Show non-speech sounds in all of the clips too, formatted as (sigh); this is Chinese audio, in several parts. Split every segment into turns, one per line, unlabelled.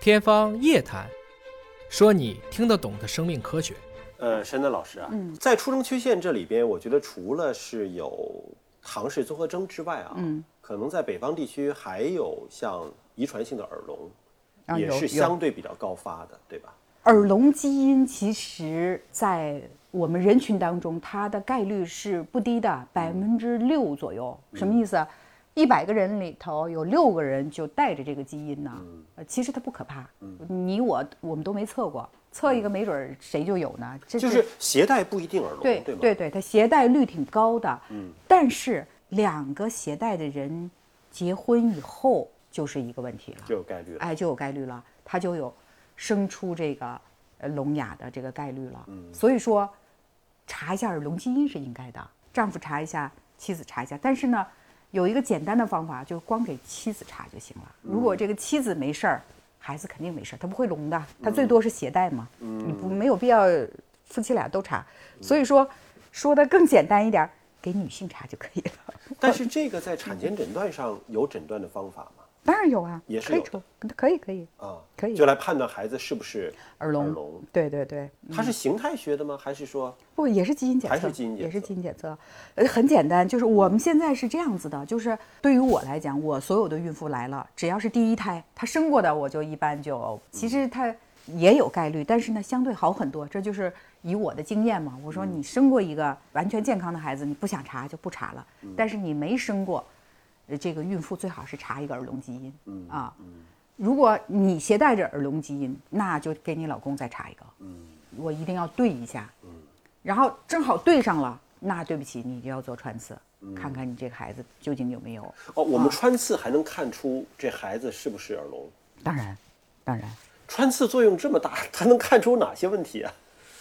天方夜谭，说你听得懂的生命科学。
呃，申的老师啊，
嗯
在出生缺陷这里边，我觉得除了是有唐氏综合征之外啊，
嗯，
可能在北方地区还有像遗传性的耳聋，
啊
也
有
是
有
相对比较高发的，对吧？
耳聋基因其实在我们人群当中，它的概率是不低的，
嗯
百分之六左右。什么意思啊？一百个人里头有六个人就带着这个基因呢。
嗯
呃其实它不可怕，你我我们都没测过，测一个没准儿谁就有呢。这
嗯就是携带不一定耳聋，
嗯对
吗？
对对，它携带率挺高的。
嗯
但是两个携带的人结婚以后就是一个问题了。
就有概率了。
哎，就有概率了，它就有生出这个呃聋哑的这个概率了。
嗯
所以说查一下耳聋基因是应该的，丈夫查一下，妻子查一下。但是呢，有一个简单的方法，就是光给妻子查就行了。
嗯
如果这个妻子没事儿，孩子肯定没事儿，他不会聋的，
嗯
他最多是携带嘛，你不没有必要夫妻俩都查。
嗯
所以说，说的更简单一点儿，给女性查就可以了。
但是这个在产前诊断上有诊断的方法吗？
当然有啊，
也是
可以
有的
抽，可以可以，
啊，
可以
就来判断孩子是不是
耳聋，嗯
耳聋
对对对。
它是形态学的吗？还是说
不也是基因检测，
还是基因检测
也是基因检测，呃，很简单，就是我们现在是这样子的，就是对于我来讲，我所有的孕妇来了，只要是第一胎，她生过的，我就一般就，其实她也有概率，但是呢，相对好很多，这就是以我的经验嘛，
嗯
我说你生过一个完全健康的孩子，你不想查就不查了，
嗯
但是你没生过，呃这个孕妇最好是查一个耳聋基因，
嗯
啊，如果你携带着耳聋基因，那就给你老公再查一个，
嗯
我一定要对一下，然后正好对上了，那对不起，你就要做穿刺，
嗯
看看你这个孩子究竟有没有。
哦，我们穿刺还能看出这孩子是不是耳聋？
当然，当然，
穿刺作用这么大，它能看出哪些问题啊？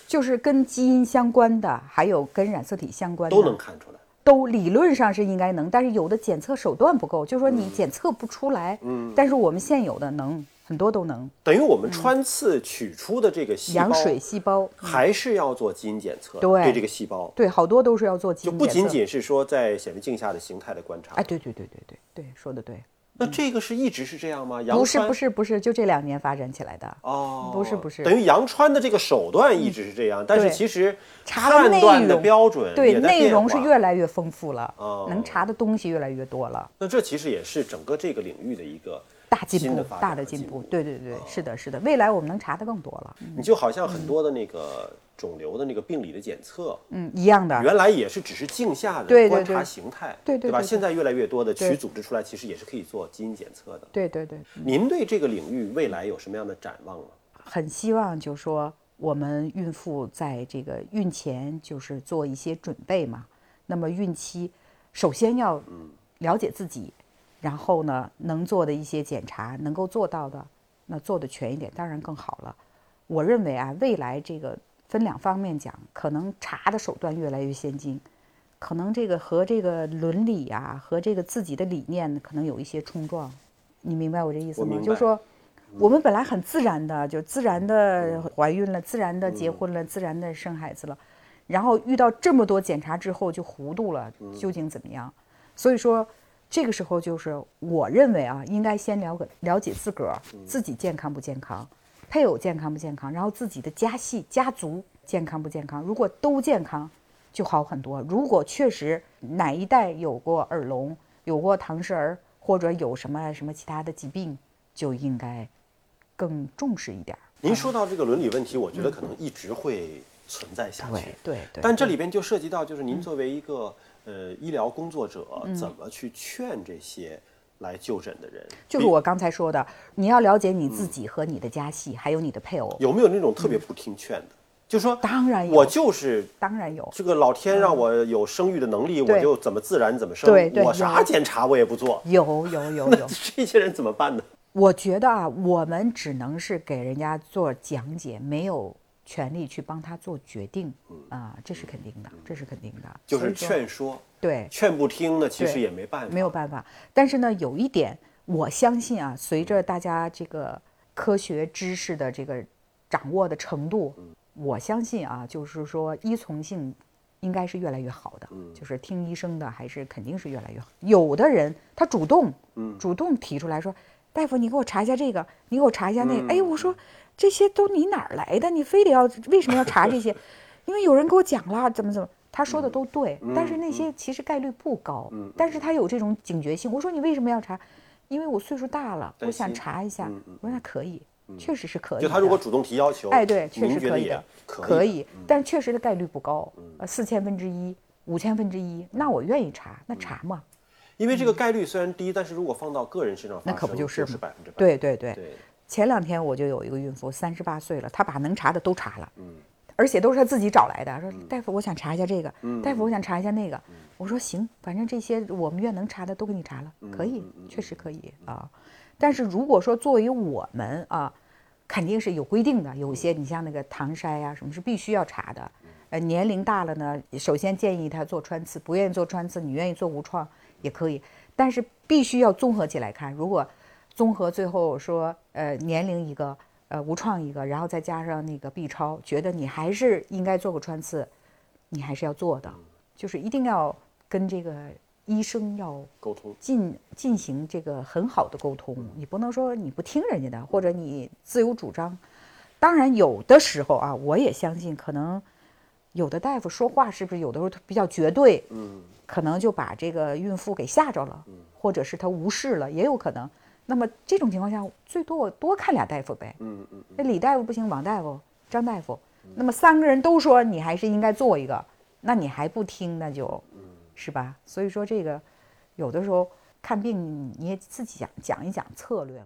就是跟基因相关的，还有跟染色体相关的，
都能看出来。
都理论上是应该能，但是有的检测手段不够，就是说你检测不出来。嗯，但是我们现有的能很多都能，
等于我们穿刺取出的这个细胞，
嗯羊水细胞，
还是要做基因检测，
对
这个细胞，
对，好多都是要做基
就
因
不
检测。
仅仅是说在显微镜下的形态的观察。
哎，对对对对对对，说的对，
那这个是一直是这样吗？羊
不是
穿
不是不是，就这两年发展起来的。
哦，
不是不是嗯
等于杨川的这个手段一直是这样，但是
对
其实
查的
判
内
断的
容
标准
对
也在
内
变
容是
化
越来越丰富了，
哦
能查的东西越来越多了，
那这其实也是整个这个领域的一个
大进
新
步
发，展
大
和
的
进啊
进步，对对对，是的，是的，未来我们能查的更多了，
你就好像很多的那个肿瘤的那个病理的检测，
嗯，一样的，
原来也是只是镜下
对
的
对
观察
对
形态，
对对
吧？
对对
现在越来越多的取
对
组织出来，其实也是可以做基因检测的。
对对对，
您对这个领域未来有什么样的展望吗？
很希望就说我们孕妇在这个孕前就是做一些准备嘛，那么孕期首先要
嗯
了解自己，然后呢能做的一些检查能够做到的，那做的全一点当然更好了。我认为啊，未来这个分两方面讲，可能查的手段越来越先进，可能这个和这个伦理啊和这个自己的理念可能有一些冲撞，你明白我这意思
我
吗？
明
就是
白
说。我们本来很自然的，就自然的怀孕了，自然的结婚了，自然的生孩子了，然后遇到这么多检查之后就糊涂了，
嗯
究竟怎么样？所以说，这个时候就是我认为啊，应该先了解了解自个儿，
嗯
自己健康不健康，配偶健康不健康，然后自己的家系家族健康不健康。如果都健康，就好很多。如果确实哪一代有过耳聋，有过唐氏儿，或者有什么什么其他的疾病，就应该更重视一点儿。
您说到这个伦理问题，我觉得可能一直会存在下去
对。对对。嗯
但这里边就涉及到，就是您作为一个呃医疗工作者，怎么去劝这些来就诊的人？
就是我刚才说的，你要了解你自己和你的家系，还有你的配偶。
有没有那种特别不听劝的？就说
嗯当然有
我就是
当然有，
这个老天让我有生育的能力，我
对
就怎么自然怎么生
对，对
我啥
有
检查我也不做，
有有有有。
这些人怎么办呢？
我觉得啊，我们只能是给人家做讲解，没有权利去帮他做决定啊，这是肯定的，这是肯定的。
嗯就是
所以说
劝说，
对，
劝不听呢，其实
对
也没办法。
没有办法。但是呢，有一点我相信啊，随着大家这个科学知识的这个掌握的程度，我相信啊，就是说依从性应该是越来越好的，
嗯
就是
嗯
听医生的还是肯定是越来越好。有的人他主动，主动提出来说，大夫，你给我查一下这个，你给我查一下那
嗯
个。哎，我说这些都你哪儿来的？你非得要为什么要查这些？ (laughs) 因为有人给我讲了，怎么怎么。他说的
嗯
都对，但是那些其实概率不高，但是他有这种警觉性。我说你为什么要查？因为我岁数大了，
担
我想
心
查一下。
嗯嗯
我说那可以，确实是可以的。
就他如果主动提要求，
哎，对，确
您
实
觉
可
得
以
也
的，
可
可
以嗯
以，但确实的概率不高，呃，四千分之一、五千分之一，那
嗯
我愿意查，那查嘛，
因为这个概率虽然低，但是如果放到个人身上发生，
嗯那可不就是
是
吗
百分之百。
对对对。
对，
前两天我就有一个孕妇，三十八岁了，她把能查的都查了，而且都是她自己找来的，说大夫我想查一下这个，大夫我想查一下那个，我说行，反正这些我们院能查的都给你查了，可以，确实可以啊，但是如果说作为我们啊，肯定是有规定的，有一些你像那个唐筛啊，什么是必须要查的。呃，年龄大了呢，首先建议他做穿刺，不愿意做穿刺，你愿意做无创也可以，但是必须要综合起来看。如果综合最后说，呃，年龄一个，呃，无创一个，然后再加上那个 B 超，觉得你还是应该做个穿刺，你还是要做的，就是一定要跟这个医生要
沟通。
进进行这个很好的沟通，你不能说你不听人家的，或者你自由主张。当然，有的时候啊，我也相信，可能有的大夫说话是不是有的时候他比较绝对，
嗯，
可能就把这个孕妇给吓着了，或者是他无视了，也有可能。那么这种情况下，最多多看俩大夫呗。
嗯嗯嗯，
那李大夫不行，王大夫、张大夫，那么三个人都说你还是应该做一个，那你还不听，那就，是吧？所以说这个，有的时候看病你也自己讲讲一讲策略嘛。